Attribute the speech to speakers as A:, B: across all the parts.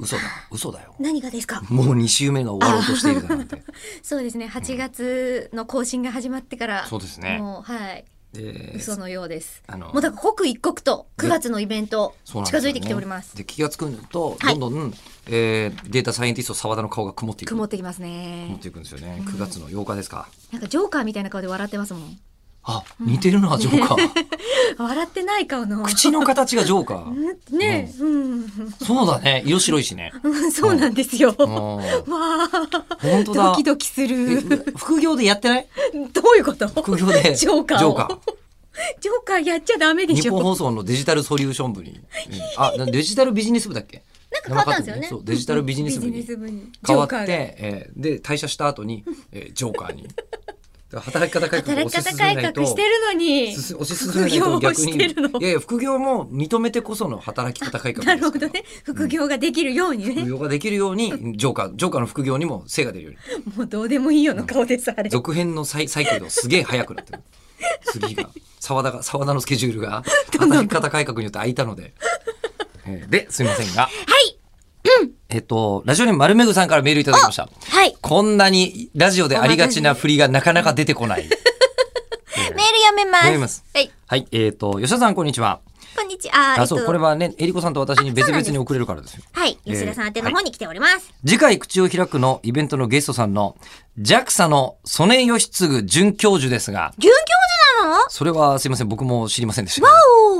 A: 嘘だ嘘だよ
B: 何がですか
A: もう2週目が終わろうとしているなんて
B: そうですね8月の更新が始まってから、
A: そうですね
B: もうはい
A: で
B: 嘘のようです
A: あの
B: もうだから刻一刻と
A: で
B: 9月のイベント
A: そう
B: 近
A: なんですよね
B: づいてきております
A: で気が付くと
B: はい
A: どんどん、えーデータサイエンティスト澤田の顔が曇っていく
B: 曇
A: 曇
B: ってきますね
A: っていくんですよね9月の8日ですか、
B: なんかジョーカーみたいな顔で笑ってますもん
A: あ似てるなジョーカー
B: 笑ってない顔 の
A: 口の形がジョーカー
B: んねえうん、
A: そうだね色白いしね
B: うん、 そうなんですよ、
A: うん
B: わ
A: 本
B: あ
A: 当だ
B: ドキドキす
A: え
B: る
A: 副業でやってない
B: どういうこと
A: 副業で
B: ジョーカー
A: ジ
B: を
A: ョーカー
B: ジョーカーやっちゃダメで
A: 日
B: し
A: 本
B: ょ
A: 放送のデジタルソリューション部に、うんあなデジタルビジネス部だっけ
B: なんか変わったんですよね
A: そうデジタルビジネス部
B: ビ
A: に
B: ジネス部に
A: 変わって
B: ジョーカーが、
A: えーで退社した後に、えージョーカ ーにだから働き方改革を
B: 働
A: 推
B: き
A: し
B: 方
A: 進めな
B: 改
A: いと
B: 革してるのに
A: すす推し進めないと逆
B: 副業をしてるの
A: にいやいや副業も認めてこその働き方改革
B: な
A: ですから
B: るほどね副業ができるように
A: 副
B: ね、
A: 業ができるようにジョーカージョーカーの副業にも精が出るように
B: もうどうでもいいよの顔ですあれ
A: 続編のサイサイクルがすげえ早くなってる次が沢田が沢田のスケジュールが働き方改革によって空いたので、えーですいませんが
B: はい
A: えっとラジオネーム丸めぐさんからメールいただきました
B: はい
A: こんなにラジオでありがちな振りがなかなか出てこない。
B: メールやめます
A: やめます
B: はい
A: はい、えっ、と、吉田さん、こんにちは。
B: こんにちは
A: あ、そう、これ
B: は
A: はね、えりこさんと私に別
B: あそうな
A: 々
B: んです
A: に送れるからですよ。
B: はい吉田さん宛ての方に来ております、
A: 次回、口を開くのイベントのゲストさんの、JAXA の曽根義次准教授ですが、
B: 準教授なの
A: それはすいません、僕も知りませんでした。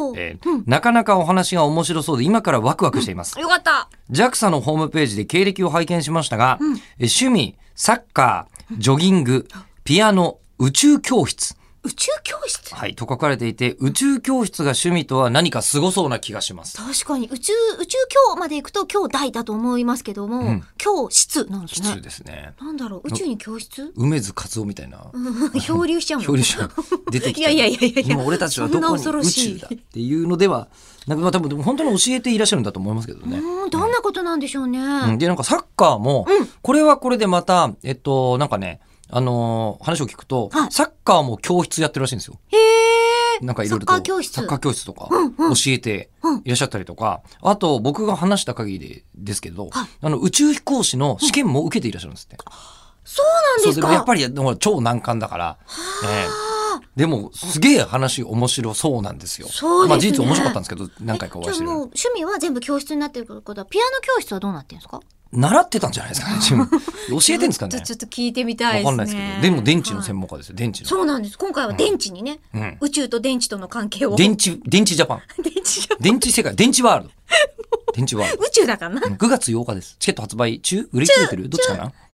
B: おー
A: えーなかなかお話が面白そうで、今からワクワクしています。
B: よかった
A: JAXA のホームページで経歴を拝見しましたが、え趣味、サッカー、ジョギング、ピアノ、宇宙教室、
B: 宇宙教室
A: はい、と書かれていて、宇宙教室が趣味とは何かすごそうな気がします。
B: 確かに宇宙宇宙教まで行くと兄弟だと思いますけども、教室なんです
A: 普通
B: ね
A: ですね。
B: なんだろう宇宙に教室
A: 梅津和夫みたいな、
B: 漂流しちゃうもん
A: 漂流者が出てきて、
B: いやいやいやいやいや
A: 今俺たちはどこ
B: そんな
A: に
B: 恐ろ
A: 宇
B: しい
A: 宙だっていうのでは、なんかまあ多分でも本当に教えていらっしゃるんだと思いますけどね。
B: うんどんなことなんでしょうね、
A: うんで、なんかサッカーも、これはこれでまた、えっと、なんかね、あのー話を聞くと、
B: はい
A: サッカーも教室やってるらしいんですよ。
B: へえ
A: なんかいろいろと
B: サッカー教室
A: サッカー教室とか教えていらっしゃったりとか、あと僕が話した限りでですけど、あの宇宙飛行士の試験も受けていらっしゃるんですって。
B: そうなんです
A: そう
B: か
A: もやっぱりほら超難関だから、ねでもすげえ話面白そうなんですよ。
B: そうですね
A: まあ事実面白かったんですけど何回かお
B: じ
A: 会
B: ゃ
A: いし
B: あ
A: てる
B: もう。趣味は全部教室になってるってことはピアノ教室はどうなってるんですか
A: 習ってたんじゃないですかね自分教えてんですかね
B: ちょっと聞いてみたいです
A: わか
B: ね
A: んないですけど。でも電池の専
B: 門、
A: 門家ですよ電池の。
B: そうなんです今回は電池にね、
A: うん
B: 宇宙と電池との関係を
A: 電池、電池ジャパン。
B: 電池じゃ
A: 電池世界、電池ワ ールド。電池ワールド。
B: 宇宙だからな
A: うん9月8日です。チケット発売中売り切れてるどっちかな